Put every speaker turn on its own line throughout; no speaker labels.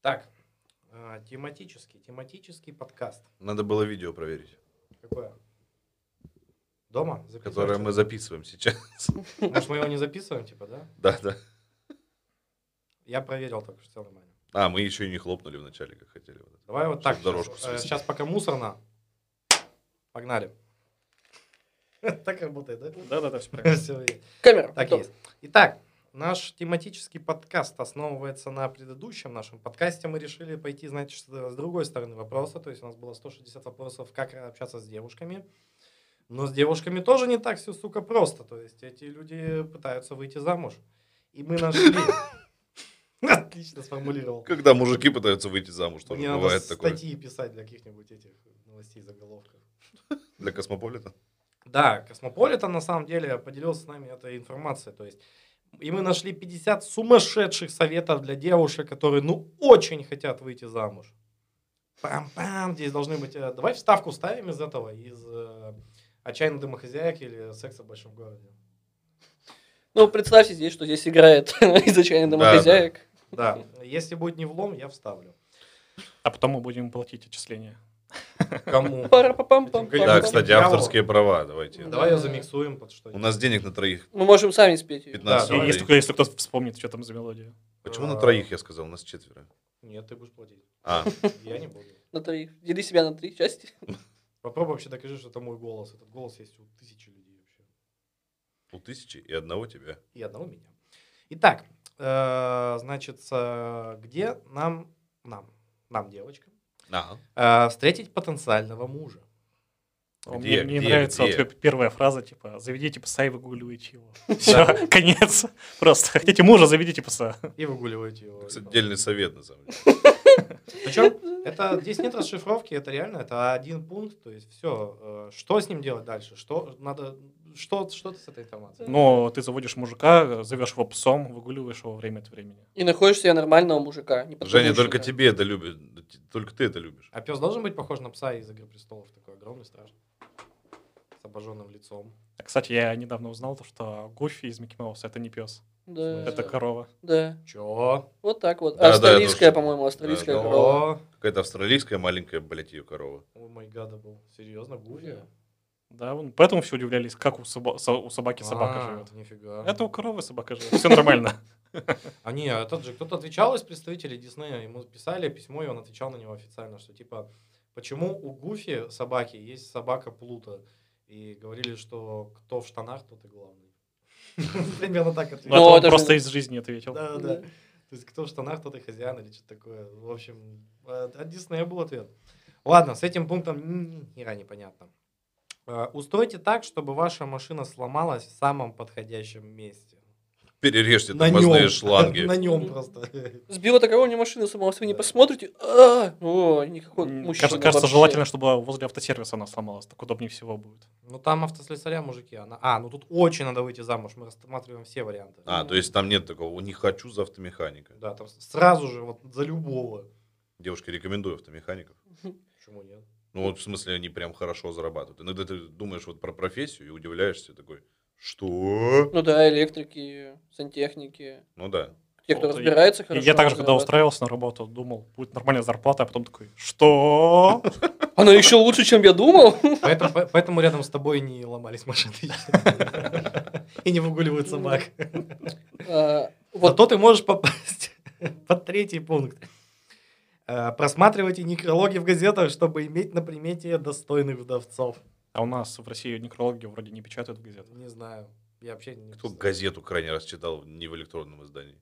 Так, а, тематический, тематический подкаст.
Надо было видео проверить,
Какое? Дома?
которое мы записываем сейчас.
Может, мы его не записываем, типа, да?
Да, да.
Я проверил только что, все нормально.
А, мы еще и не хлопнули вначале, как хотели. Вот это.
Давай вот
Чтоб
так.
дорожку
сейчас, э,
свести.
сейчас пока мусорно. Погнали. Так работает, да?
Да-да-да, все правильно.
Все,
Камера.
Так
Стоп.
есть. Итак, наш тематический подкаст основывается на предыдущем нашем подкасте. Мы решили пойти, знаете, что с другой стороны вопроса. То есть у нас было 160 вопросов, как общаться с девушками. Но с девушками тоже не так все, сука, просто. То есть эти люди пытаются выйти замуж. И мы нашли... Отлично сформулировал.
Когда мужики пытаются выйти замуж, тоже
Мне надо
бывает такое.
статьи писать для каких-нибудь этих новостей, заголовков.
Для Космополита.
Да, Космополитен на самом деле поделился с нами этой информацией. То есть, и мы нашли 50 сумасшедших советов для девушек, которые ну очень хотят выйти замуж. Пам-пам, здесь должны быть... э, Давай вставку ставим из этого, из э, «Отчаянной домохозяйки» или «Секса в большом городе».
Ну, представьте здесь, что здесь играет из отчаянных
Да,
домохозяек.
Да, если будет не влом, я вставлю.
А потом мы будем платить отчисления.
Кому?
пара па пам пам
Я
Да,
вот
кстати,
никого.
авторские права, давайте.
Давай ее замиксуем под что-нибудь.
У нас денег на троих
Мы можем сами спеть ее.
15
Да,
И-
давай.
рублей.
Если, кто- если кто-то вспомнит, что там за мелодия.
Почему на
А.
троих, я сказал, у нас четверо.
Нет, ты будешь платить.
А,
Я не буду.
На три. Дели себя на три части.
Попробуй вообще докажи, что это мой голос. Этот голос есть у тысячи людей вообще.
у тысячи и одного тебя.
и одного меня. Итак, э, значит, э, где нам, нам, нам, девочкам,
Ага.
э, встретить потенциального мужа?
О,
Где,
мне мне
где,
нравится вот
где?
п- первая фраза, типа, заведите пса и выгуливайте его. Все, конец. Просто хотите мужа, типа, заведите пса.
И выгуливаете его.
Это отдельный совет, на самом деле.
Причем это, здесь нет расшифровки, это реально, это один пункт, то есть все, что с ним делать дальше, что надо, что, что ты с этой информацией?
Но ты заводишь мужика, зовешь его псом, выгуливаешь его время от времени.
И находишь себе нормального мужика. не
Женя,
подходящего.
только тебе это любит. Только ты это любишь.
А пес должен быть похож на пса из «Игры престолов», такой огромный, страшный, с обожженным лицом.
А, Кстати, я недавно узнал, то, что Гуфи из Микки Мауса это не пес,
Да.
это корова.
Да.
Чё?
Вот так вот.
Да, да, я
австралийская,
тоже-
по-моему, австралийская
да.
корова.
О,
Какая-то австралийская маленькая, блядь, ее корова.
О май гада был. Серьезно, Гуфи?
Да, вон, поэтому все удивлялись, как у, соба- со- у собаки собака
А,
живет.
Нифига.
Это у коровы собака живет. Все нормально.
А не, а тот же кто-то отвечал из представителей Диснея, ему писали письмо, и он отвечал на него официально, что типа, почему у Гуфи собаки есть собака Плута? И говорили, что кто в штанах, тот и главный. Примерно так
Но это
Ну,
ответил.
А он
это же-
просто из жизни ответил.
Да, да. То есть кто в штанах, тот и хозяин или что-то такое. В общем, э, от Диснея был ответ. Ладно, с этим пунктом ни хера непонятно. Э, Устройте так, чтобы ваша машина сломалась в самом подходящем месте.
Перережьте тормозные
нём.
шланги.
На нем просто.
Сбила такого мне машина сама, вы не посмотрите. А, О, никакой
М,
мужчина.
Кажется, кажется,
вообще.
желательно, чтобы возле автосервиса она сломалась. Так удобнее всего будет.
Ну там автослесаря мужики. Она... А, ну тут очень надо выйти замуж. Мы рассматриваем все варианты.
А, то есть там нет такого, не хочу за автомеханика.
Да, там сразу же вот за любого.
Девушки, рекомендую автомехаников.
Почему нет?
Ну вот в смысле они прям хорошо зарабатывают. Иногда ты думаешь вот про профессию и удивляешься такой, что?
Ну да, электрики, сантехники.
Ну да.
Те, кто
Вот, и-
разбирается
И
хорошо.
я также, когда
зарабатывают.
устраивался на работу, думал, будет нормальная зарплата, а потом такой, что?
Она еще лучше, чем я думал.
Поэтому, по- поэтому рядом с тобой не ломались машины. И не выгуливают собак.
А,
Вот
Вот
то ты можешь попасть под третий пункт. Э, Просматривайте некрологи в газетах, чтобы иметь на примете достойных вдовцов.
А у нас в России некрологи вроде не печатают газеты.
Не знаю. Я вообще не...
Кто
представляю.
газету крайне раз читал не в электронном издании?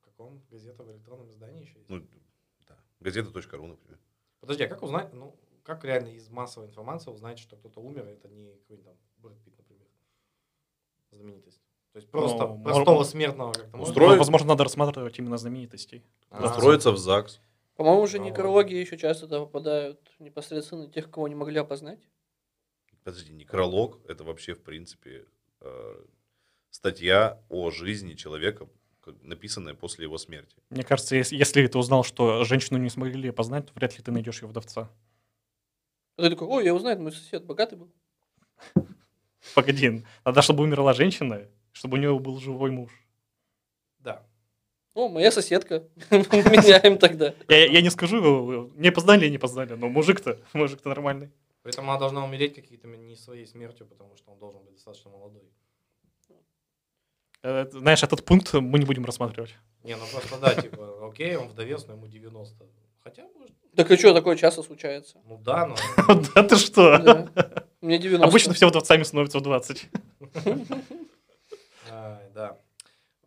В каком? Газета в электронном издании еще есть?
Ну, да. Газета.ру, например.
Подожди, а как узнать, ну, как реально из массовой информации узнать, что кто-то умер, и это не какой-нибудь там Брэд Питт, например, знаменитость? То есть просто
Ну,
простого
мор-
смертного как-то можно?
Устроить-
Ну, Возможно, надо рассматривать именно знаменитостей.
А,
Устроиться в ЗАГС.
По-моему, уже
Да.
некрологи еще часто туда попадают непосредственно тех, кого не могли опознать.
Подожди, некролог – это вообще, в принципе, э, статья о жизни человека, как- написанная после его смерти.
Мне кажется, ес- если ты узнал, что женщину не смогли опознать, то вряд ли ты найдешь ее вдовца.
А ты такой, ой, я узнаю, это мой сосед богатый был.
Погоди, надо, чтобы умерла женщина, чтобы у нее был живой муж.
Да.
Ну, моя соседка. Меняем тогда.
Я, я не скажу его, не познали, не познали, но мужик-то, мужик-то нормальный.
Поэтому она должна умереть какие-то не своей смертью, потому что он должен быть достаточно молодой.
Э, Знаешь, этот пункт мы не будем рассматривать.
Не, ну просто да, типа, окей, он вдовец, но ему 90. Хотя, может,
Так и что, такое часто случается?
ну да, но...
Да ты что?
Да. Мне 90.
Обычно все вдовцами становятся в 20.
Ай, Да.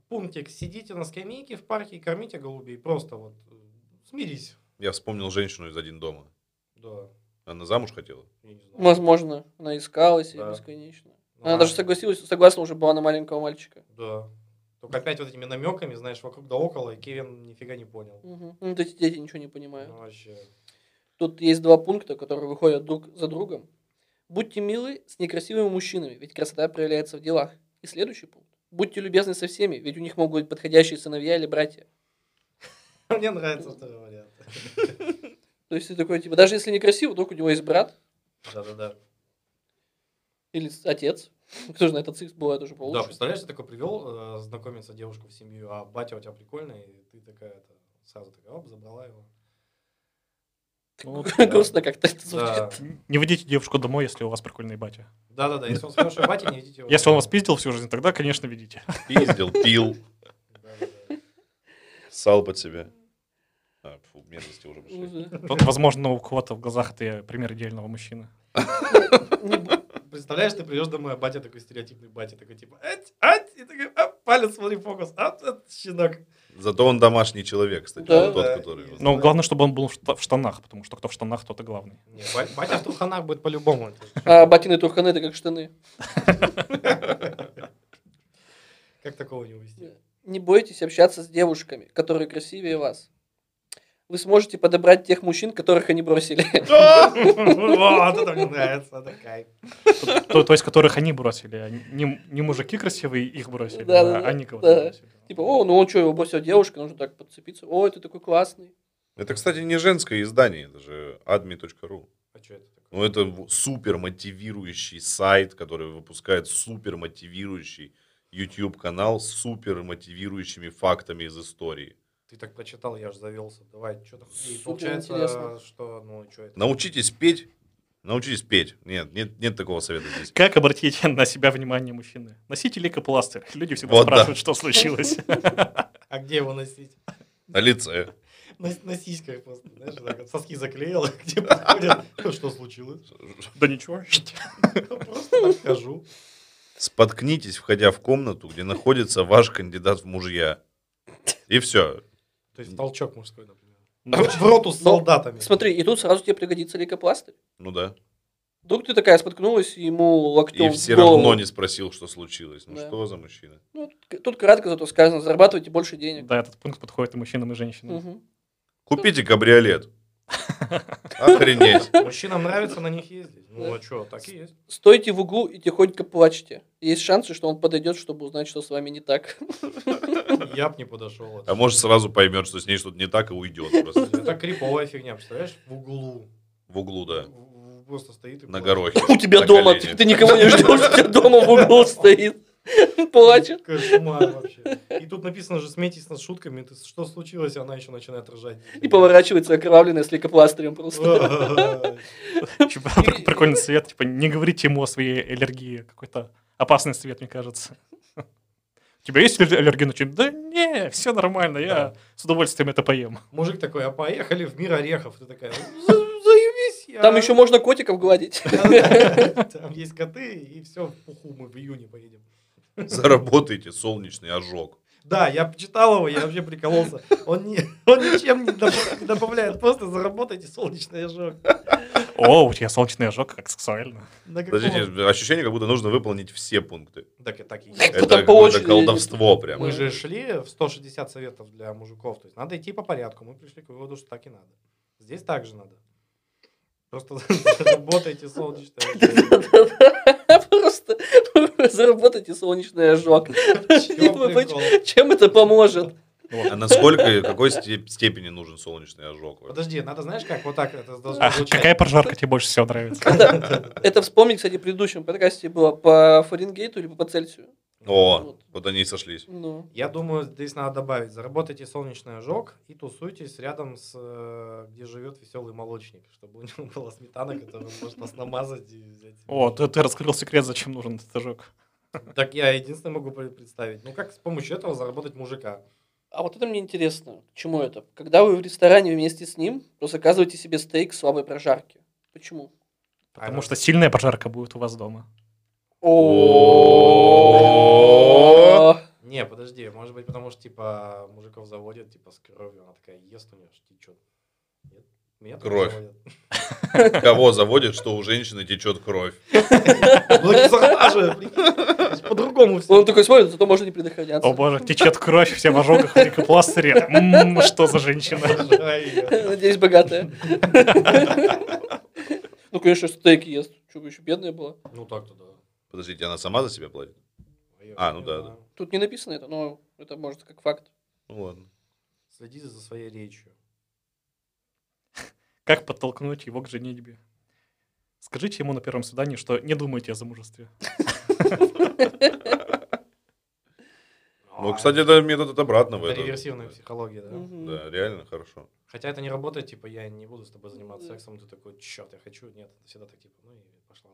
Пунктик. Сидите на скамейке в парке и кормите голубей. Просто вот э, смирись.
Я вспомнил женщину из «Один дома».
Да.
Она замуж хотела.
я не знаю.
Возможно, она искала себя
Да.
бесконечно.
Ну,
Она даже согласилась, согласна уже была на маленького мальчика.
Да. Только опять вот этими намеками, знаешь, вокруг да около, и Кевин нифига не понял.
Мгм. Ну, вот эти дети ничего не понимают.
Ну, вообще.
Тут есть два пункта, которые выходят друг за другом. Будьте милы с некрасивыми мужчинами, ведь красота проявляется в делах. И следующий пункт. Будьте любезны со всеми, ведь у них могут быть подходящие сыновья или братья.
Мне нравится второй вариант.
То есть ты такой, типа, даже если некрасиво, вдруг у него есть брат
Да-да-да.
или с- отец. Кто же на этот секс бывает уже
Да,
получше.
представляешь, ты такой привел э, знакомиться девушку в семью, а батя у тебя прикольный, и ты такая это, сразу такая, оп, забрала его.
Ну,
Грустно как-то это звучит.
Да.
Не ведите девушку домой, если у вас прикольный батя.
Да-да-да, если он хороший батя, не идите его.
Если он вас пиздил всю жизнь, тогда, конечно, ведите.
Пиздил, пил,
Да-да-да.
ссал под себя. А, фу, мерзости уже
Ну
пошли.
да.
Тут, возможно, у кого-то в глазах это пример идеального мужчины.
Представляешь, ты придешь домой, а батя такой стереотипный батя, такой типа, ать, ать, и такой, а, палец, смотри, фокус, а, а, щенок.
Зато он домашний человек, кстати,
Да,
вот тот,
да.
который... вот-
Ну,
Но главное, чтобы он был в шта- в штанах, потому что кто в штанах, тот и главный.
Не, ба- батя в труханах будет по-любому.
А ботины турханы это как штаны.
Как такого не увезти?
Не бойтесь общаться с девушками, которые красивее вас. Вы сможете подобрать тех мужчин, которых они бросили.
Вот это мне нравится, это кайф.
То- То то есть, которых они бросили. а Не не мужики красивые их бросили,
Да, да,
а
да,
они кого-то
да.
бросили.
Типа, о, ну он что, его бросил девушка, нужно так подцепиться. О, ты такой классный.
Это, кстати, не женское издание, это же admi.ru.
А что это такое?
Ну, это в- супер мотивирующий сайт, который выпускает супер мотивирующий YouTube-канал с супер мотивирующими фактами из истории.
Ты так прочитал, я же завелся. Давай, что там? И
Супер
получается,
интересно.
что, ну, что это?
Научитесь петь. Научитесь петь. Нет, нет, нет такого совета здесь.
Как обратить на себя внимание мужчины? Носите лейкопластырь. Люди всегда
Вот да.
спрашивают, что случилось.
А где его носить?
На лице.
На, на сиськах просто, знаешь, так вот соски заклеил, где подходят. Что случилось? Ну,
Да ничего.
Просто так хожу.
Споткнитесь, входя в комнату, где находится ваш кандидат в мужья. И все.
То есть толчок мужской, например.
Ну,
В роту с солдатами.
Смотри, и тут сразу тебе пригодится лейкопластырь.
Ну да.
Вдруг ты такая споткнулась, и ему локтем
И
в
все
голову.
равно не спросил, что случилось. Ну
Да.
что за мужчина?
Ну, к- тут кратко зато сказано, зарабатывайте больше денег.
Да, этот пункт подходит и мужчинам, и женщинам.
Мгм.
Купите кабриолет. Охренеть.
Мужчинам нравится на них ездить. Ну а что, так и есть.
Стойте в углу и тихонько плачьте. Есть шансы, что он подойдет, чтобы узнать, что с вами не так.
Я б не подошел.
А может сразу поймет, что с ней что-то не так и уйдет просто.
Это криповая фигня, представляешь? В углу.
В углу, да.
В- в- Просто стоит и
На
плачет.
горохе.
У тебя
на
дома,
коленях.
ты, ты никого не ждешь, у тебя дома в углу стоит. Плачет.
Кошмар вообще. И тут написано же, смейтесь над шутками. Ты, что случилось? Она еще начинает ржать.
И поворачивается окровавленная с лейкопластырем просто.
Типа, пр- Прикольный цвет. Типа, не говорите ему о своей аллергии. Какой-то опасный цвет, мне кажется. У тебя есть аллер- аллергия на чем? Да не, все нормально, я
Да.
с удовольствием это поем.
Мужик такой, а поехали в мир орехов. Ты такая, «За- заебись. я-
Там еще можно котиков гладить.
Там есть коты, и все, в пуху мы в июне поедем.
Заработайте солнечный ожог.
Да, я почитал его, я вообще прикололся. Он, не, он ничем не, добав- не добавляет, просто заработайте солнечный ожог.
О, у тебя солнечный ожог, как сексуально.
На каком-
Подождите, ощущение, как будто нужно выполнить все пункты.
Так, и- так и есть.
Ну,
Это
там по
какое-то
очереди
колдовство прям.
А Мы же шли в 160 советов для мужиков. То есть надо идти по порядку. Мы пришли к выводу, что так и надо. Здесь так же надо. Просто заработайте солнечный ожог.
Да-да-да. Просто заработайте солнечный ожог.
Чё прикол?
Чем это поможет?
А насколько, какой сте- степени нужен солнечный ожог? вообще?
Подожди, надо, знаешь, как вот так это должно
А какая
звучать.
прожарка тебе больше всего нравится?
Это это вспомнить, кстати, в предыдущем подкасте было по Фаренгейту или по Цельсию.
О, вот.
Вот.
они и сошлись.
Ну,
Я думаю, здесь надо добавить. Заработайте солнечный ожог и тусуйтесь рядом с, э, где живет веселый молочник, чтобы у него была сметана, которая может вас намазать и взять. себе.
О, ты, ты раскрыл секрет, зачем нужен этот ожог.
Так я единственное могу пре- представить. Ну как с помощью этого заработать мужика?
а вот это мне интересно, к чему это? Когда вы в ресторане вместе с ним, то заказывайте себе стейк слабой прожарки. Почему?
Потому
А,
что сильная прожарка будет у вас дома.
О-о-о.
Не, подожди, может быть, потому что, типа, мужиков заводят, типа, с кровью, она такая ест у нее, аж течет. Нет? Меня тоже
Кровь.
заводят.
Кого заводит, что у женщины течет кровь?
Ну, это зарплата же, прикинь, по-другому все.
Он такой смотрит, зато можно не предохраняться.
О боже, течет кровь, все в ожогах, в лейкопластыре. М, Что за женщина?
Надеюсь, богатая. Ну, конечно, стейк ест. Что бы еще бедная была.
Ну, так-то да.
Подождите, она сама за себя платит?
Я
А, ну да,
понимаю.
Тут не написано это, но это может как факт.
Ну ладно.
Следи за своей речью.
Как подтолкнуть его к женитьбе? Скажите ему на первом свидании, что не думайте о замужестве.
Ну, кстати, это метод от обратного. это-
Реверсивная психология, А, да.
Мгм.
Да, реально хорошо.
Хотя это не работает, типа, я не буду с тобой заниматься сексом, ты такой, черт, я хочу, нет, это всегда так, типа, ну и пошла.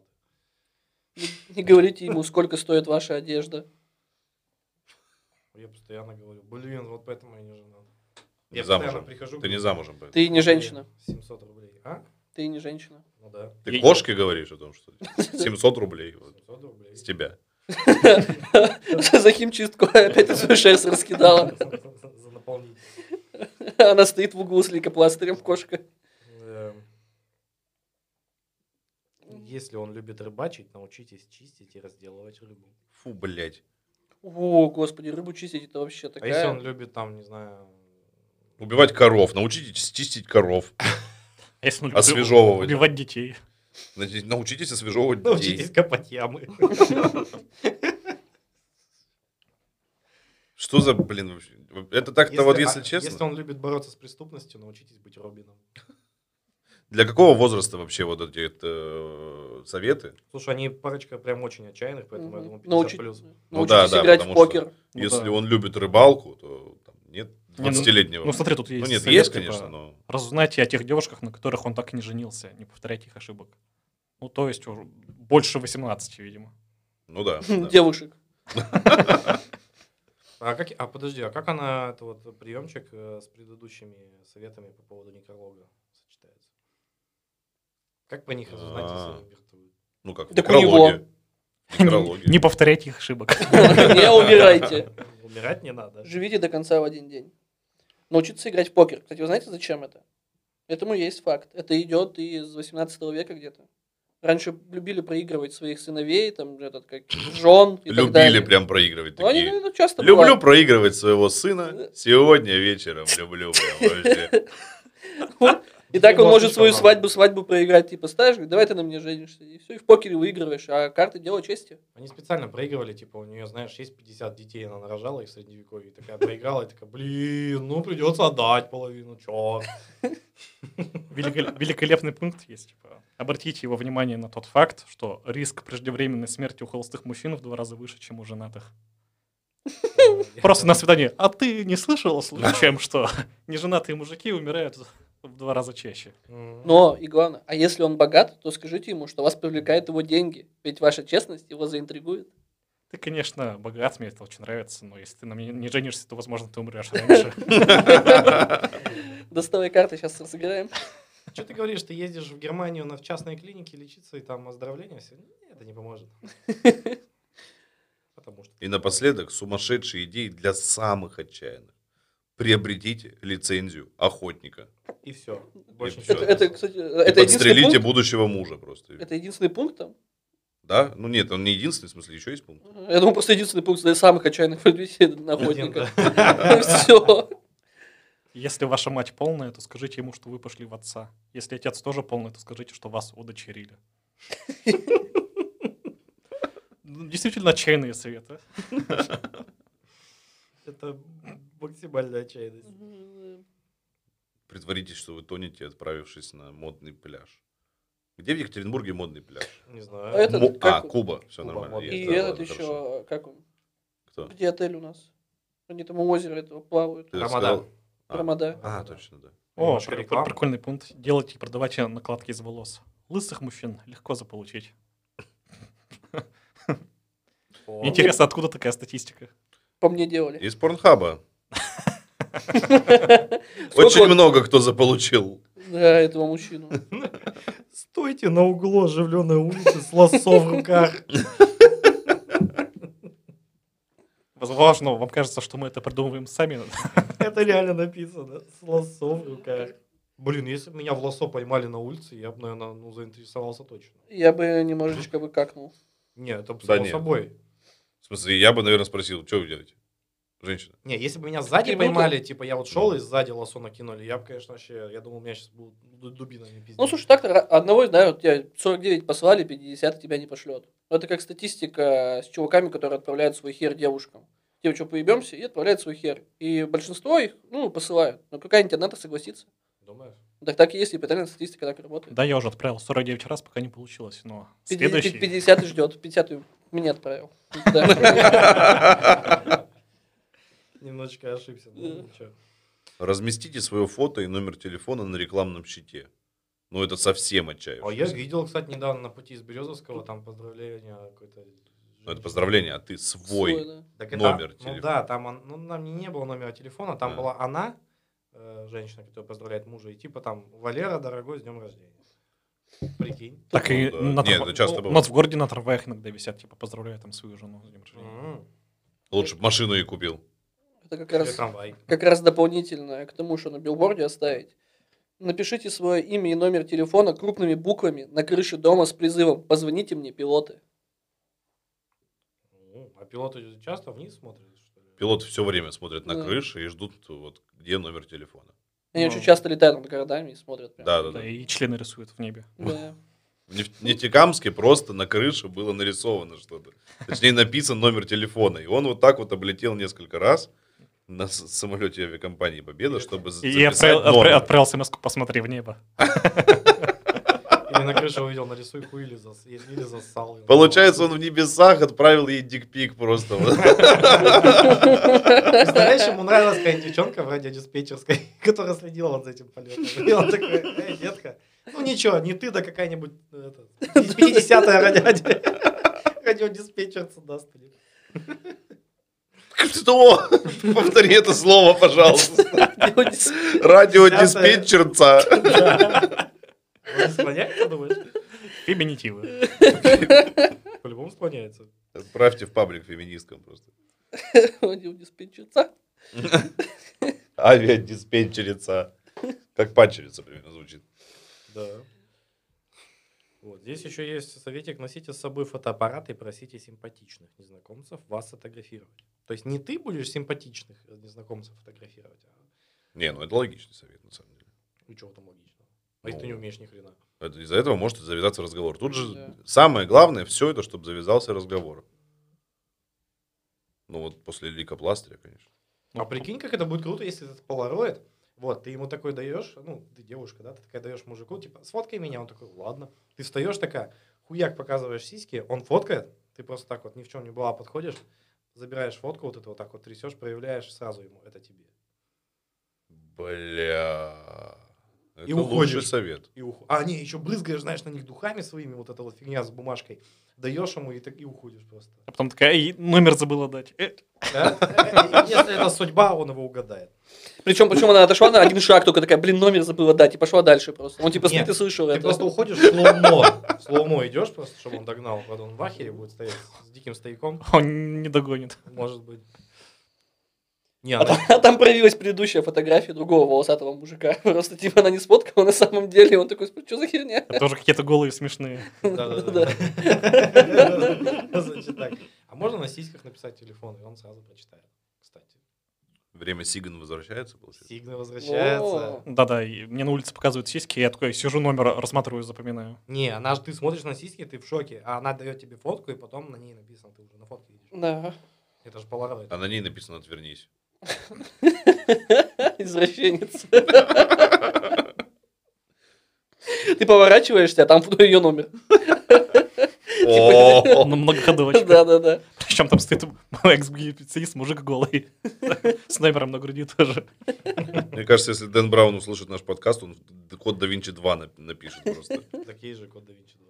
ты».
Не говорите ему, сколько стоит ваша одежда.
Я постоянно говорю, блин, вот поэтому я не женат.
Не
Я
замужем.
постоянно прихожу.
Ты не
говорю,
замужем. поэтому.
Ты не
«Блин,
женщина.
700 рублей, а?
Ты не женщина.
Ну да.
Ты
Я-
кошке говоришь о том, что 700 рублей вот,
700 рублей.
с тебя.
За химчистку опять свою шерсть раскидала.
За наполнитель.
Она стоит в углу с лейкопластырем, кошка.
Да. Эм, Если он любит рыбачить, научитесь чистить и разделывать рыбу.
Фу, блядь.
О, господи, рыбу чистить это вообще
А если он
такая...
любит там, не знаю...
Убивать коров. Научитесь чистить коров.
А если он любит
Освежевывать.
Убивать детей.
Научи- Научитесь освежевывать
Научитесь
детей.
копать ямы.
Что за, блин, вообще? Это так-то вот, если
а,
честно.
Если он любит бороться с преступностью, научитесь быть Робином.
Для какого возраста вообще вот эти э, советы?
Слушай, они парочка прям очень отчаянных, поэтому я думаю
Мгм.
50
Научи-
плюс.
Ну да,
Научитесь
да,
играть в
потому что-
покер.
Ну
если
да.
он любит рыбалку, то там нет
Не, ну-
20-летнего.
Ну смотри, тут есть...
Ну, нет,
совет,
есть,
типа,
конечно, но...
Разузнайте о тех девушках, на которых он так и не женился. Не повторяйте их ошибок. Ну, то есть уж больше 18, видимо.
Ну да. да.
Девушек.
А, как, а подожди, а как она, это вот приемчик э, с предыдущими советами по поводу некролога сочетается? Как про них разузнать,
А.
если они мертвы?
Ну как, в
Так у него.
некрологии. В некрологии.
Не повторяйте их ошибок.
Не умирайте.
Умирать не надо.
Живите до конца в один день. Научиться играть в покер. Кстати, вы знаете, зачем это? Этому есть факт. Это идет из 18 века где-то. Раньше любили проигрывать своих сыновей, там, этот, как, жен и так
Любили
далее.
прям проигрывать
Ну, они,
такие.
ну, часто
Люблю
бывает. Э,
проигрывать своего сына. Сегодня вечером люблю прям вообще.
И так он
Вот
может
что
свою
надо.
свадьбу, свадьбу проиграть, типа, ставишь, говорит, давай ты на мне женишься. И все, и в покере выигрываешь, а карты дело чести.
Они специально проигрывали, типа, у нее, знаешь, есть 50 детей, она нарожала их в средневековье, и такая проиграла, и такая, блин, ну придется отдать половину, черт.
Великол- Великолепный пункт есть. типа, Обратите его внимание на тот факт, что риск преждевременной смерти у холостых мужчин в два раза выше, чем у женатых. Просто на свидание. А ты не слышала случаем, что неженатые мужики умирают в два раза чаще?
Ну,
Но, и главное, а если он богат, то скажите ему, что вас привлекает его деньги. Ведь ваша честность его заинтригует.
Ты, конечно, богат, мне это очень нравится, но если ты на меня не женишься, то, возможно, ты умрешь раньше.
Доставай карты, сейчас разыграем.
что ты говоришь, ты ездишь в Германию на в частные клиники лечиться, и там оздоровление все? Нет, это не поможет. Потому что...
И напоследок сумасшедшие идеи для самых отчаянных. Приобретите лицензию охотника.
И все.
И
Больше
всё.
ничего.
Это, это, кстати,
И
это единственный
подстрелите
пункт.
будущего мужа просто.
Это единственный пункт там?
Да? Ну нет, он не единственный, в смысле, еще есть пункт.
Я думаю, просто единственный пункт для самых отчаянных людей на охотника.
Один, да.
Все.
Если ваша мать полная, то скажите ему, что вы пошли в отца. Если отец тоже полный, то скажите, что вас удочерили. Ну, Действительно отчаянные советы.
Это максимальная отчаянность.
Притворитесь, что вы тонете, отправившись на модный пляж. Где в Екатеринбурге модный пляж?
Не
А
знаю.
это- Этот,
Мо- А,
как-
Куба. Все
Куба,
нормально.
модный.
я-
И
да,
этот
ладно, хорошо.
еще, как он?
Кто?
Где отель у нас? Они там у озера этого плавают.
Ты
Рамадан.
сказал? А.
Рамада.
А, точно, да.
О,
Немножко
пр- пр-
рекламы.
прикольный пункт. Делать и продавать э, накладки из волос. Лысых мужчин легко заполучить.
О,
Мне Интересно, откуда такая статистика?
По мне делали.
Из порнхаба.
Сколько
Очень
вот-
много кто заполучил.
Да, этого мужчину.
Стойте на углу оживленной улицы с лосо в руках.
Возможно, вам кажется, что мы это придумываем сами.
Это реально написано. С лосо в руках. Блин, если бы меня в лосо поймали на улице, я бы, наверное, ну, заинтересовался точно.
Я бы немножечко бы какнул.
Не, это б
Да
само
нет.
собой.
В смысле, я бы, наверное, спросил, что вы делаете? Женщина.
Не, если бы меня сзади
Атрибуты?
поймали, типа я вот шел
Ну.
и сзади лосо накинули, я бы, конечно, вообще, я думал, меня сейчас будут ду- дубинами пиздить.
Ну, слушай, так-то ра- одного, да, вот тебя 49 послали, 50 тебя не пошлет. Это как статистика с чуваками, которые отправляют свой хер девушкам. Те, что поебемся, и отправляют свой хер. И большинство их, ну, посылают. Но какая-нибудь одна-то согласится.
Думаешь?
Так так и есть, и питательная статистика так работает.
Да, я уже отправил 49 раз, пока не получилось, но
50,
следующий...
50 ждет, 50 мне отправил. Да.
Немножечко ошибся.
Да.
Ну, ничего.
Разместите свое фото и номер телефона на рекламном щите. Ну, это совсем
А я
отчаявшись.
видел, кстати, недавно на пути из Березовского, там поздравление какое-то.
Ну, это поздравление, а ты
Свой,
свой.
да.
Так это-
Номер
Ну
телефона.
да, там, он- ну, там не было номера телефона, там
А.
была она, э, женщина, которая поздравляет мужа, и типа там Валера, дорогой, с днем рождения. Прикинь.
Так и
Ну, да.
на
Нет,
трава-
это часто
ну,
бывает.
У нас в городе на трамваях иногда висят, типа, поздравляю там свою жену с днем рождения.
М,
Лучше бы машину и купил.
Это как
тебе
раз
трамвай.
как раз дополнительно к тому, что на билборде оставить. Напишите свое имя и номер телефона крупными буквами на крыше дома с призывом «Позвоните мне, пилоты».
М, А пилоты часто вниз смотрят, что ли?
Пилот все время смотрит на
Да.
крыши и ждут, вот где номер телефона.
Они
Ну.
очень часто летают над городами и смотрят. прям.
Да, да,
Да,
да.
и члены рисуют в небе.
Да.
В Неф- Нефтекамске просто на крыше было нарисовано что-то. Точнее, написан номер телефона. И он вот так вот облетел несколько раз на с- самолете авиакомпании «Победа», чтобы за-
И я а
записать
отправил, отправил,
номер.
отправил смс-ку «Посмотри в небо».
Или на крыше увидел, нарисуй хуй или, зас- или зассал.
Получается, он в небесах отправил ей дикпик просто. Вот.
Представляешь, ему нравилась какая-нибудь девчонка в радиодиспетчерской, которая следила вот за этим полетом. И он такой, эй, детка, ну ничего, не ты, да какая-нибудь э, это, 50-я ради- ради- радиодиспетчерца даст. мне».
Что? Повтори это слово, пожалуйста. Радиодиспетчерца.
Он склоняется, думаешь?
Феминитивы.
По-любому склоняется.
Отправьте в паблик феминисткам просто.
Водил диспетчерца.
Авиадиспетчерица. Как пачерица примерно звучит.
Да. Вот. Здесь еще есть советик. Носите с собой фотоаппарат и просите симпатичных незнакомцев вас сфотографировать. То есть не ты будешь симпатичных э, незнакомцев фотографировать, а
Не, ну это логичный совет, на самом деле.
ну чего там логичного. А если ты
Ну.
не умеешь ни хрена.
Это- Из-за этого может завязаться разговор. Тут же
Да.
самое главное все это, чтобы завязался разговор. Ну вот после ликопластыря, конечно.
А прикинь, как это будет круто, если этот полароид, вот, ты ему такой даешь, ну, ты девушка, да, ты такая даешь мужику, типа, сфоткай меня, он такой, ладно. Ты встаешь такая, хуяк показываешь сиськи, он фоткает, ты просто так вот ни в чем не была, подходишь, забираешь фотку вот эту вот так вот трясешь, проявляешь сразу ему, это тебе.
Бля. Это
И
лучший
уходишь.
совет.
И ух... А, не, еще брызгаешь, знаешь, на них духами своими, вот эта вот фигня с бумажкой, даешь ему и, так, и уходишь просто.
А потом такая, «Эй, номер забыла дать. Э,
Да? Э, Если это судьба, он его угадает.
Причем, причем она отошла на один шаг, только такая, блин, номер забыла дать, и пошла дальше просто. Он типа
Нет,
стоит и слышал
Ты
это.
просто уходишь в слоумо. В слоумо идешь просто, чтобы он догнал. Потом он в ахере будет стоять с диким стояком.
Он не догонит.
Может быть. Не,
А
она-
там, а там проявилась предыдущая фотография другого волосатого мужика. Просто типа она не сфоткала, на самом деле он такой, что за херня?
Это тоже какие-то голые смешные.
да-да-да.
Да-да-да.
Значит так. А можно на сиськах написать телефон, и он сразу прочитает. Кстати.
Время Сиган возвращается, получается.
Сигна возвращается.
О.
Да-да, и мне на улице показывают сиськи, я такой сижу, номер рассматриваю, запоминаю.
Не, она же ты смотришь на сиськи, ты в шоке, а она дает тебе фотку, и потом на ней написано, ты уже на фотке видишь.
Да.
Это же полароид.
А на ней написано «Отвернись».
Извращенец. Ты поворачиваешься, а там ее номер.
О,
На многоходовочку.
Да-да-да.
Причем там стоит экс-гипицеист, мужик голый. С номером на груди тоже.
Мне кажется, если Дэн Браун услышит наш подкаст, он код да Винчи 2 нап- напишет просто.
Такие же Код да Винчи 2.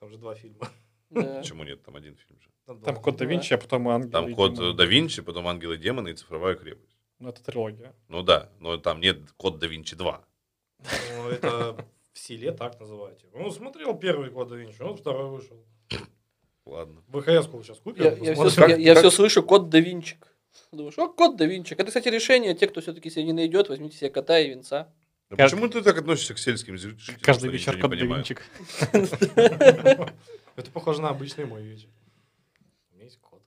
Там же два фильма.
Да.
Почему нет? Там один фильм же.
два
Там код да
фильма.
Винчи, а потом ангел.
Там код э, да Винчи, потом Ангелы и демоны и цифровая крепость.
Ну, это трилогия.
Ну да, но там нет код да Винчи 2.
Ну, это в селе так называете. Ну, смотрел первый Код да Винчи, он второй вышел.
Ладно.
ВХС -ку сейчас купим.
Я, я,
посмотрим.
все, я, я
как-
всё слышу кот да Винчик. Думаешь, о, кот да Винчик. Это, кстати, решение. Те, кто все-таки себя не найдет, возьмите себе кота и венца.
А
Каждый-
Почему ты так относишься к сельским жи- жителям? что
Каждый
они
вечер
ничего не
код да
понимают?
Винчик.
Ну, Это похоже на обычный мой вечер. У меня есть кот.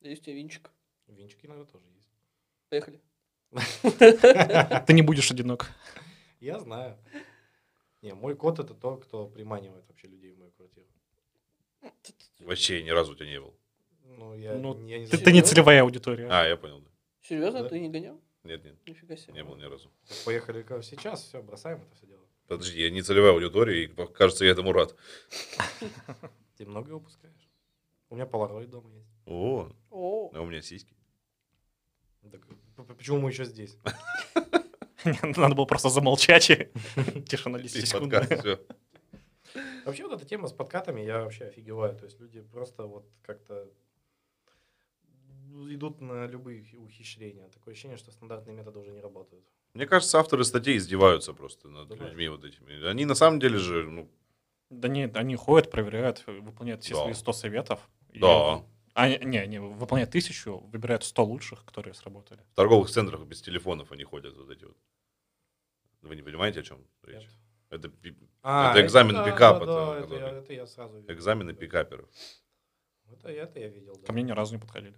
Есть у тебя Винчик.
Винчики иногда тоже есть.
Поехали.
Ты не будешь одинок.
Я знаю. Не, мой кот это то, кто приманивает вообще людей в мою квартиру.
Вообще ни разу у тебя не был.
Ну, я,
Ну,
я не
Ты, ты не
знаю.
целевая аудитория.
А, я понял. да.
Серьезно,
Да.
ты не гонял?
Нет, нет,
Нифига себе.
не был ни разу.
Поехали ка- сейчас, все, бросаем это все дело.
Подожди, я не целевая аудитория, и по- кажется, я этому рад.
Ты много упускаешь? У меня полароид дома есть.
О,
О,
а у меня сиськи.
Так, п- п- почему мы еще здесь?
Надо было просто замолчать и тишина 10
Здесь
секунд.
подкаст, всё.
Вообще вот эта тема с подкатами, я вообще офигеваю. То есть люди просто вот как-то идут на любые хи- ухищрения. Такое ощущение, что стандартные методы уже не работают.
Мне кажется, авторы статей издеваются просто над
Думаешь?
людьми вот этими. Они на самом деле же, ну,
Да нет, они ходят, проверяют, выполняют все
Да.
свои 100 советов. И-
да,
А, не, они выполняют тысячу, выбирают 100 лучших, которые сработали.
в торговых центрах без телефонов они ходят вот эти вот. Вы не понимаете, о чем речь?
Нет.
Это пи-
А,
Это экзамен
да,
пикапа,
Да,
это,
это, я,
который-
это я сразу видел.
экзамены пикаперов.
Это, это я видел, да.
Ко мне ни разу не подходили.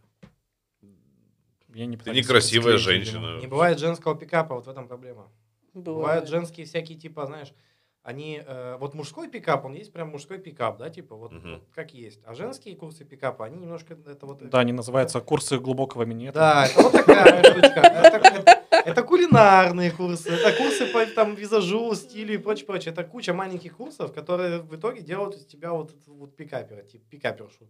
Я не
Ты
пытались
некрасивая
склеить, видимо.
женщина.
Не бывает женского пикапа, вот в этом проблема. Бывают
бывает.
женские всякие типа, знаешь, они, э, вот мужской пикап, он есть прям мужской пикап, да, типа вот,
Мгм.
вот как есть. А женские курсы пикапа, они немножко э, это вот...
Да, они называются «Курсы глубокого минета».
Да, это вот такая штучка. Это, это кулинарные курсы, это курсы по там, визажу, стилю и прочее, прочее. Это куча маленьких курсов, которые в итоге делают из тебя вот, эту вот пикапера, типа пикапершу.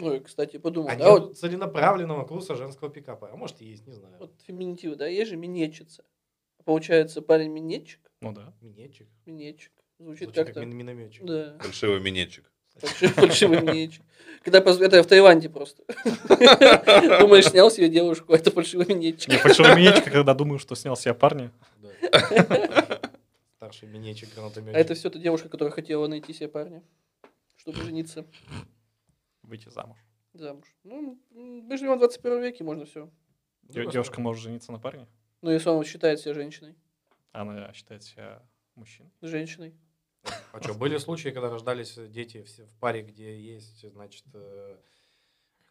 Ой, кстати, подумал,
А
Ну, да,
нет
вот,
целенаправленного курса женского пикапа. А может и есть, не знаю.
вот феминитивы, да, есть же минетчица. Получается, парень минетчик,
Ну да.
Минетчик.
минетчик. Звучит
Звучит
как-то.
как мин- минометчик.
Да.
Фальшивый минетчик.
Фальшивый, фальшивый минетчик. Когда поз- это в Таиланде просто. Думаешь, снял себе девушку, а это фальшивый минетчик.
Я фальшивая минетчика, когда думаю, что снял себя парня.
Да. Старший минетчик, гранатометчик. Ну,
А это все та девушка, которая хотела найти себе парня, чтобы жениться
Выйти замуж.
замуж. Ну, м, мы живем в 21 веке, можно все.
Ну,
Дев-
просто-
Девушка может жениться на парне,
Ну, если он считает себя женщиной.
а она считает себя мужчиной.
Женщиной.
А что, были случаи, когда рождались дети все в паре, где есть, значит, э,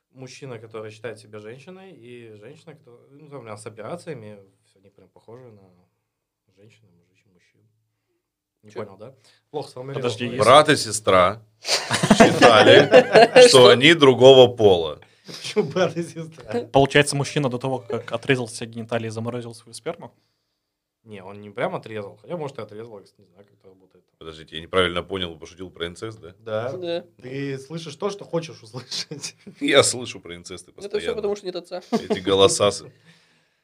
мужчина, который считает себя женщиной, и женщина, кто, ну, там, прям с операциями, всё, они прям похожи на женщину, мужчин, мужчин. Не
Чё?
понял, да? Плохо сформулировал.
Подожди,
Но
есть-
я-
Брат и сестра считали, что они другого пола.
Почему брат и сестра?
Получается, мужчина до того, как отрезал себе гениталии и заморозил свою сперму,
Не, он не прям отрезал, хотя, может, и отрезал, я не знаю, как это работает.
Подождите, я неправильно понял, пошутил про инцест, да?
Да,
Да.
ты слышишь то, что хочешь услышать.
Я слышу про инцесты
Это все
постоянно.
потому, что нет отца.
Эти голоса. с-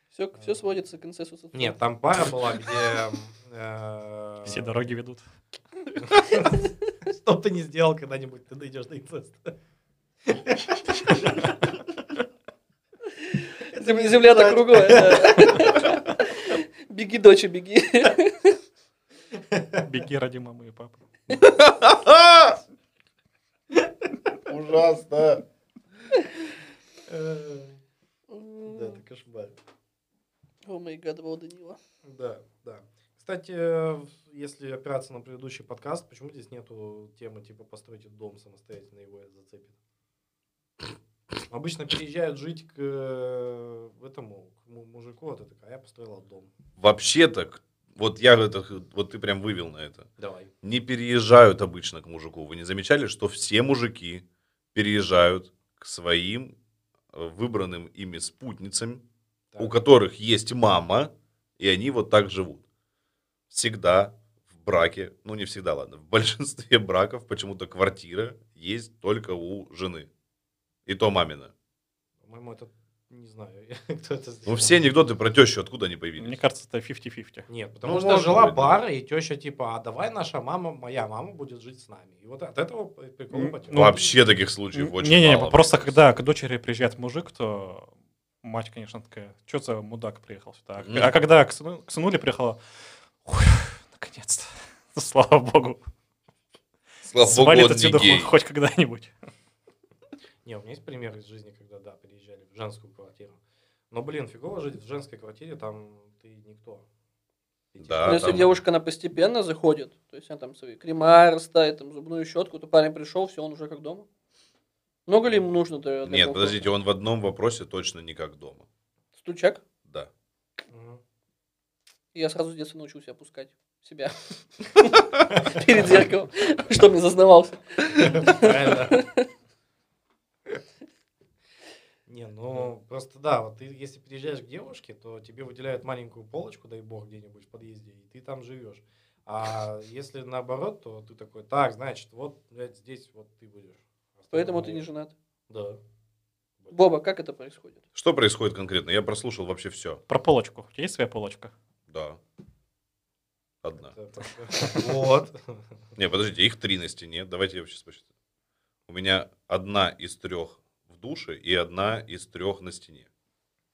Все,
А.
все сводится к консенсусу.
Нет, там пара была, где...
А.
э,
все дороги ведут.
Что бы ты не сделал когда-нибудь, ты дойдешь до инцеста.
Зем- Земля так круглая. да. Беги, доча, беги.
Беги ради мамы и папы.
Ужасно.
Э,
Да, это
О
кошмар.
май гад, Вова Данила.
Да, да. Кстати, э, если опираться на предыдущий подкаст, почему здесь нету темы типа «постройте дом самостоятельно, его это зацепит»? Обычно переезжают жить к э, этому к му- мужику, а ты такая, а я построила дом.
Вообще-то, к- вот я это, вот ты прям вывел на это.
Давай.
Не переезжают обычно к мужику. Вы не замечали, что все мужики переезжают к своим э, выбранным ими спутницам,
Так.
у которых есть мама, и они вот так живут. Всегда в браке, ну не всегда, ладно, в большинстве браков почему-то квартира есть только у жены. И то мамина.
По-моему, это... Не знаю, кто это
Ну,
сделал.
все анекдоты про тещу, откуда они
Мне
появились?
кажется, это 50-50.
Нет, потому
Ну,
что
может
жила
быть, да.
пара, и теща типа, а давай наша мама, моя мама будет жить с нами. И вот от этого при- прикол
М,
потек.
ну,
Вообще таких случаев очень
Не-не-не,
мало,
просто
мне
когда к дочери приезжает мужик, то мать, конечно, такая, что за мудак приехал сюда? А к- А когда к сыну- к сынуле приехала, «Ой, наконец-то, Ну, слава богу,
кажется. Слава богу,
свалит
он не
отсюда
гей.
хоть- хоть когда-нибудь.
Не, у меня есть пример из жизни, когда, да, переезжали в женскую квартиру. Но, блин, фигово жить в женской квартире, там ты никто. Ты типа-
Да,
Но если
А там-
девушка, она постепенно заходит, то есть она там свои кремары ставит, там зубную щетку, то парень пришел, все, он уже как дома. Много ли ему нужно для, для
Нет,
комфорта?
подождите, он в одном вопросе точно не как дома.
Стучак,
Да.
Ну,
Мгм.
и я сразу с детства научился опускать себя перед зеркалом, что мне зазнавался.
Правильно. Не, ну просто да, вот ты если переезжаешь к девушке, то тебе выделяют маленькую полочку, дай бог, где-нибудь в подъезде, и ты там живешь. А если наоборот, то ты такой, так, значит, вот, блядь, здесь вот ты будешь.
Поэтому ты не женат.
Да.
Боба, как это происходит?
Что происходит конкретно? Я прослушал вообще все.
Про полочку. У тебя есть своя полочка?
Да. Одна.
Это просто- Вот.
Не, подождите, их три на стене. Давайте я сейчас посчитаю. У меня одна из трех в душе и одна из трех на стене.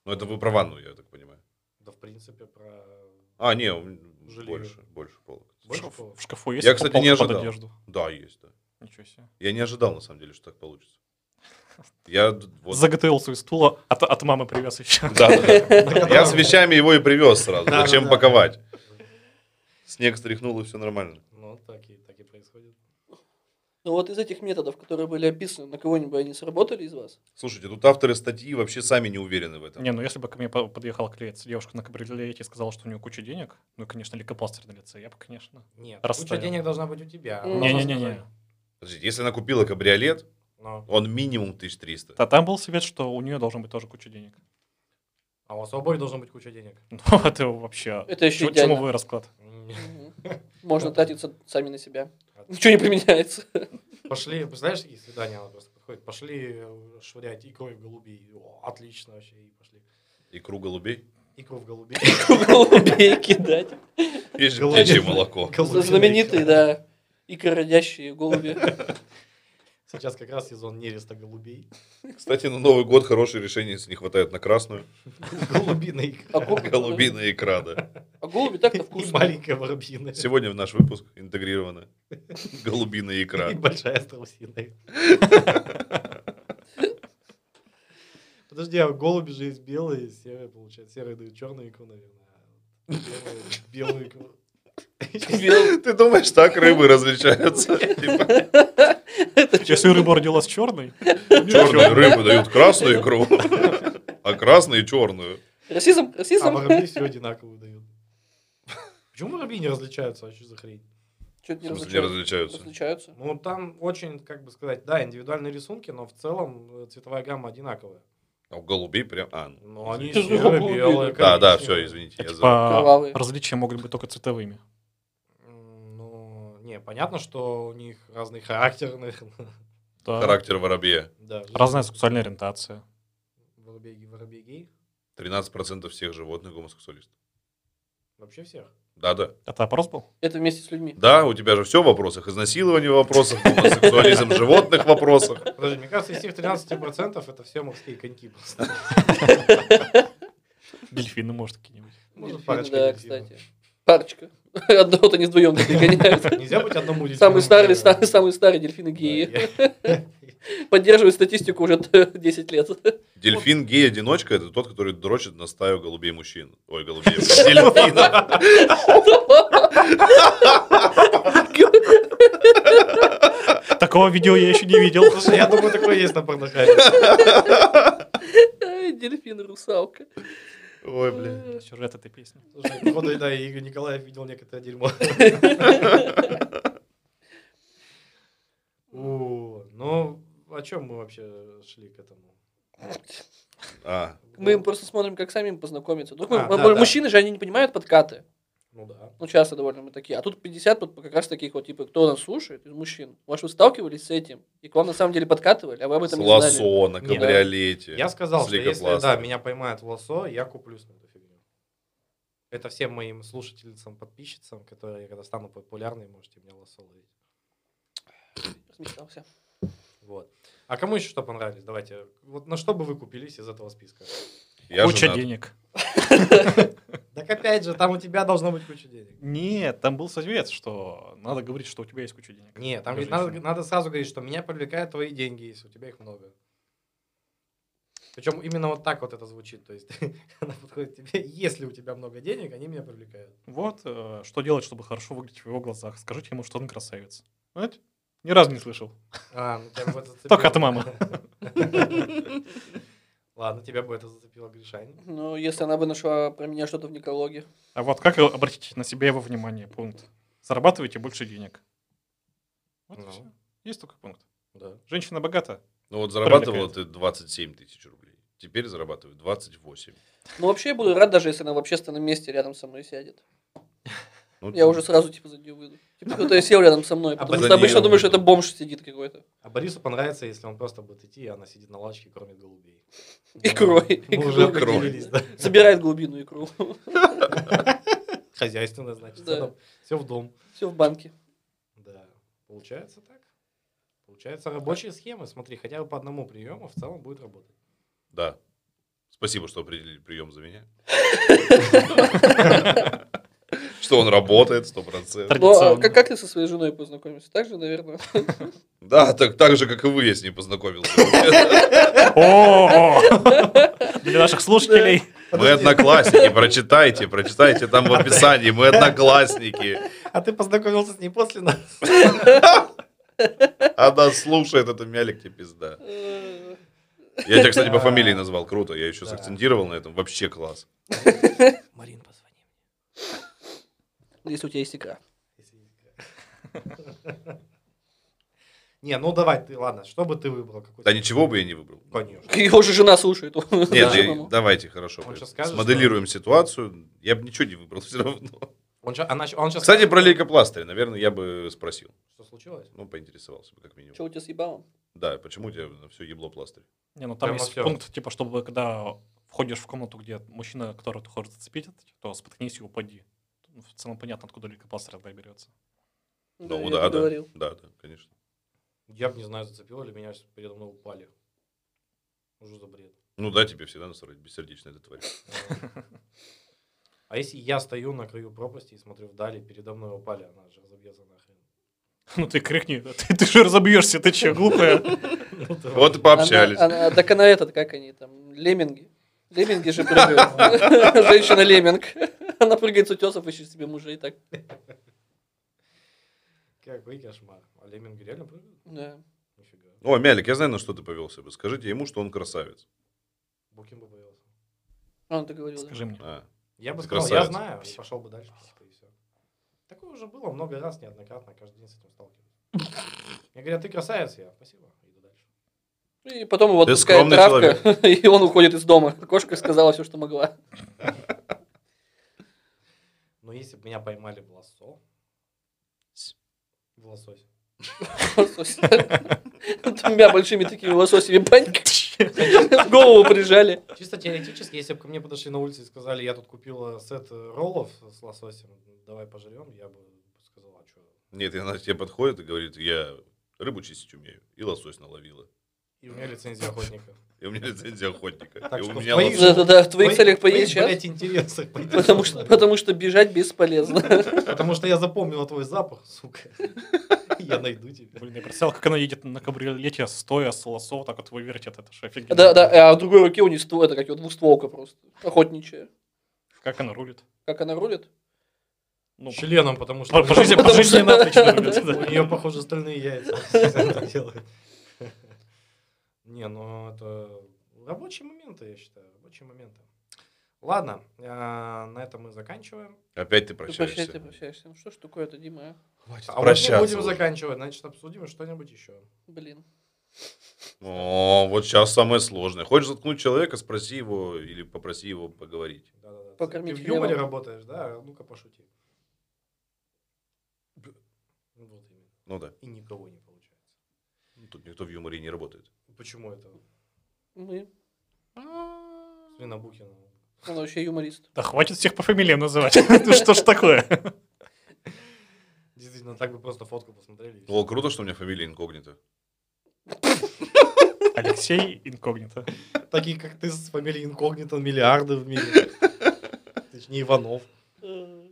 Ну, это вы про ванну, я так понимаю.
Да, в принципе, про...
А, не, у меня
Жилье.
больше, больше полок.
В
Больше
шкаф-
полок?
в шкафу есть
Я, кстати, не
полка под
ожидал.
одежду?
Да, есть, да.
Ничего себе.
Я не ожидал, на самом деле, что так получится. Я д- вот...
Заготовил свой стул, от, от мамы привез еще.
Да, да, да. Я с вещами его и привез сразу.
Да,
Зачем
да, да.
паковать? Снег стряхнул, и все нормально.
Ну, так и, так и происходит.
Ну вот из этих методов, которые были описаны, на кого-нибудь они сработали из вас?
Слушайте, тут авторы статьи вообще сами не уверены в этом.
Не, ну если бы ко мне по- подъехал клиент, девушка на кабриолете и сказала, что у нее куча денег, ну и, конечно, лейкопластырь на лице, я бы, конечно.
Нет, куча
Расставил.
денег должна быть у тебя. а
Не,
должна
не, не, не.
сказать.
Подождите, если она купила кабриолет,
Ну,
он минимум 1300.
А там был совет, что у нее должен быть тоже куча денег.
А у вас у обоих должна быть куча денег.
Ну, это вообще...
Это еще
Чему,
идеально.
вы расклад?
М.
Мгм. Можно тратиться сами на себя. Ничего не применяется.
Пошли, представляешь, такие свидания, она просто подходит, пошли э, швырять икрой в голубей. О, отлично вообще, и пошли.
Икру голубей.
Икру в голубей.
Голубей кидать.
Есть же
Голубей.
птичье молоко.
Голубей.
Знаменитые, да, икородящие голуби.
Сейчас как раз сезон нереста голубей.
Кстати, на Новый год хорошее решение, если не хватает на красную.
Голубиная икра.
А ку-
Голубиная икра, да.
А голуби так-то
И
вкусно.
маленькая воробьиная.
Сегодня в наш выпуск интегрирована голубиная икра.
И большая страусиная. Подожди, а голуби же есть белые, серые, получается. Серые дают черную икру, наверное. а белые- Белую икру.
Ты думаешь, так рыбы различаются? Типа,
Если рыба родилась черной,
Черную рыбу дают красную икру, а красную черную.
Расизм,
А
расизм.
воробьи все одинаково дают. Почему воробьи не различаются вообще за хрень?
Чё-то
В смысле,
не
не
различаются.
различаются.
Различаются.
Ну, там очень, как бы сказать, да, индивидуальные рисунки, но в целом э, цветовая гамма одинаковая.
А у голубей прям... А, ну.
Но они
Ты
серые,
же голубые.
белые,
Да, да,
коричневые.
все, извините. я забыл.
типа,
Кровавые.
различия могут быть только цветовыми.
М, Ну, не, понятно, что у них разный характер, наверное.
Да.
Характер воробья.
Да, жизнь.
Разная сексуальная ориентация.
Воробей, гей, воробей гей.
13% всех животных гомосексуалистов.
Вообще всех.
Да-да.
Это опрос был?
Это вместе с людьми.
Да, у тебя же все в вопросах. Изнасилование в вопросах, гомосексуализм животных в вопросах.
Подожди, мне кажется, из всех 13% это все морские коньки просто.
Дельфины, может, какие-нибудь.
Может,
Дельфины,
парочка
да,
дельфинов.
кстати. Парочка. Одного-то не вдвоем гоняют.
Нельзя быть одному дельфину,
Самые старые,
наверное.
старые, самые старые дельфины
Да,
геи.
я-
Поддерживают статистику уже 10 лет.
Дельфин гей-одиночка это тот, который дрочит на стаю голубей мужчин. Ой, голубей. Дельфина.
Такого видео я еще не видел.
Слушай, я думаю, такое есть на порнохабе.
Ай, Дельфин-русалка.
Ой, блин.
Сюжет этой песни.
Слушай, походу, да, и Игорь Николаев видел некоторое дерьмо. У, Ну, о чем мы вообще шли к этому?
А,
Мы просто смотрим, как сами познакомиться. Вдруг мы-
А,
мы-
да, да.
Мужчины же, они не понимают подкаты.
Ну да.
Ну, часто довольно мы такие. А тут 50 вот как раз таких вот, типа, кто нас слушает из мужчин. Может, вы сталкивались с этим? И к вам на самом деле подкатывали, а вы об этом
С
не знали.
лосо на
Нет.
кабриолете.
Я сказал,
с
что если да,
лейкопластырем.
меня поймают в лосо, я куплюсь на эту фигню. Это всем моим слушательницам, подписчицам, которые, когда стану популярной, можете меня лосо ловить.
Смешался.
Вот. А кому еще что понравилось? Давайте. Вот на что бы вы купились из этого списка?
Я
Куча
женат.
денег.
Так опять же, там у тебя должно быть куча денег.
Нет, там был совет, что надо говорить, что у тебя есть куча денег.
Не, там
Для
ведь надо,
женщины.
надо сразу говорить, что меня привлекают твои деньги, если у тебя их много. Причем именно вот так вот это звучит. То есть она подходит к тебе, если у тебя много денег, они меня привлекают.
Вот, э, что делать, чтобы хорошо выглядеть в его глазах. Скажите ему, что он красавец. Знаете? Ни разу не слышал.
А, ну тебя бы это зацепило.
Только от мамы.
Ладно, тебя бы это зацепило, Гришань.
Ну, если она бы нашла про меня что-то в некрологе.
А вот как обратить на себя его внимание? Пункт. Зарабатывайте больше денег. Вот и
Ну.
всё. Есть только пункт.
Да.
Женщина богата.
Ну вот зарабатывала ты 27 тысяч рублей. Теперь зарабатываю 28.
Ну, вообще, я буду рад, даже если она в общественном месте рядом со мной сядет.
Ну,
Я уже сразу, типа, за нее выйду. Типа, кто-то сел рядом со
А
мной, потому
за
что обычно
неё
думаешь,
выйду.
это бомж сидит какой-то.
А Борису понравится, если он просто будет идти, и она сидит на лавочке, кормит голубей.
Икрой.
Мы уже
Икрой.
определились, да.
Собирает глубину икру.
Хозяйственно, значит.
Да.
Все в дом.
Все в банке. Ну, а
Да. Получается так. Получается рабочие схемы. Смотри, хотя бы по одному приему в целом будет работать.
Да. Спасибо, что определили прием за меня. Что он работает, 100%.
Ну, а
Традиционно.
как, как ты со своей женой познакомился? Так же, наверное.
Да, так, так же, как и вы, я с ней познакомился.
О! Для наших слушателей.
Мы одноклассники, прочитайте, прочитайте там в описании. Мы одноклассники.
А ты познакомился с ней после нас.
Она слушает, это мялик тебе пизда.
Э,
Я тебя, кстати, по фамилии назвал, круто. Я еще
Да.
сакцентировал на этом, вообще класс.
Марин, позвони.
Если у тебя есть икра.
Если не играю. Не, ну давай ты, ладно, что бы ты выбрал? Какой
Да
ты-
ничего бы я не выбрал.
Конечно.
Его уже жена слушает.
Нет,
Да.
я-
По-моему.
давайте, хорошо.
Он щас скажет,
Смоделируем ситуацию. Я бы ничего не выбрал все равно.
Он, ща- она щ- он сейчас...
Кстати, про лейкопластырь, наверное, я бы спросил.
Что случилось?
Ну, поинтересовался бы, как
Че
минимум.
у тебя съебало?
Да, почему у тебя все ебло пластырь?
Не, ну там
Прямо
есть
всё.
пункт, типа, чтобы когда входишь в комнату, где мужчина, которого ты хочешь зацепить, то споткнись и упади. Ну, В целом понятно, откуда лейкопластырь тогда берется.
Ну,
я
да,
это
да.
говорил.
Да, да, конечно.
Я бы не знаю, зацепило ли меня, сейчас передо мной упали. Уже за бред.
Ну да, тебе всегда насрать, бессердечная эта тварь.
А если я стою на краю пропасти и смотрю вдали, передо мной упали, она же разобьется нахрен.
Ну ты крикни, ты, ты же разобьешься, ты че, глупая?
Ну, ты-
Вот и пообщались.
Она- она- Так она этот, как они там, лемминги. Лемминги же прыгают. Женщина лемминг. Она прыгает с утесов, ищет себе мужа и так.
Какой кошмар. А лемминги реально прыгают?
Да.
Нифига.
О, Мялик, я знаю, на что ты повелся бы. Скажите ему, что он красавец.
Букин бы боялся.
Он это говорил. да.
Скажи мне.
А,
Я бы
Ты
сказал, я
красавец.
знаю, и
Спасибо.
пошел бы дальше. типа, и все. Такое уже было много раз, неоднократно, каждый день с этим сталкиваюсь. Мне говорят, ты красавец, я, спасибо, иду дальше.
И потом его
Ты
отпускает
скромный
травка, и он уходит из дома. Кошка сказала все, что могла.
Но если бы меня поймали в лосо... В лосось.
Лосось. Двумя большими такими лососями банька. В голову прижали.
Чисто теоретически, если бы ко мне подошли на улице и сказали, я тут купила сет э, роллов с лососем, давай пожрем, я бы сказал, а что?
Нет, и она к тебе подходит и говорит, я рыбу чистить умею. И лосось наловила.
И у меня лицензия охотника.
И у меня лицензия охотника.
Так
и
что
у меня
в твоих
лосось.
Да-да-да, в твоих целях поесть
твоих,
сейчас.
блядь, интересах. пойдём.
Потому что, потому что бежать бесполезно.
Потому что я запомнила твой запах, сука. Я найду тебя.
Блин, я представил, как она едет на кабриолете, стоя с лосо, так вот вывертит, это же офигенно.
Да, да, а в другой руке у нее ствол, это как его двустволка просто. Охотничья.
Как она рулит.
Как она рулит?
Ну,
Членом, потому что
по- по жизни- по
Потому
жизни
что-
она отлично рулит.
у
да.
нее, похоже, стальные яйца. если она так делает. Не, ну это рабочие моменты, я считаю. Рабочие моменты. Ладно, а, на этом мы заканчиваем.
Опять ты
Ты прощаешься, ты
прощаешься.
прощаешься. Ну что ж такое-то, Дима, а?
Хватит
А вот не
прощаться
будем
уже.
заканчивать, значит, обсудим что-нибудь еще.
Блин.
О, вот сейчас самое сложное. Хочешь заткнуть человека, спроси его или попроси его поговорить.
Да-да-да. Ты
Покормить
в юморе
хлебом.
работаешь, да? Ну-ка пошути. Вот именно.
Ну да.
И никого не получается.
Ну, Тут никто в юморе не работает.
Почему это?
Мы.
Свина Букина.
Он вообще юморист.
Да хватит всех по фамилиям называть. Ну Что ж такое?
Действительно, так бы просто фотку посмотрели. и всё.
О, круто, что у меня фамилия инкогнито.
Алексей инкогнито.
Таких, как ты, с фамилией инкогнито миллиарды в мире. Ты ж не Иванов.
Э,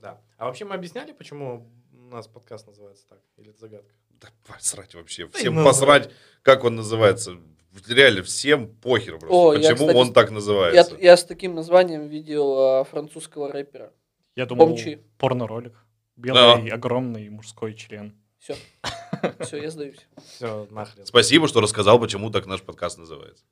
Да. А вообще мы объясняли, почему у нас подкаст называется так? Или это загадка?
Да посрать вообще.
Да
Всем
и
посрать, как он называется. Реально, всем похер просто.
О, я,
Почему
кстати,
он так
Я,
называется?
я с таким названием видел а, французского рэпера.
Я думал,
Помчи.
порно-ролик.
Да.
Белый огромный мужской член.
Все, я сдаюсь.
Все, нахрен.
Спасибо, что рассказал, почему так наш подкаст называется.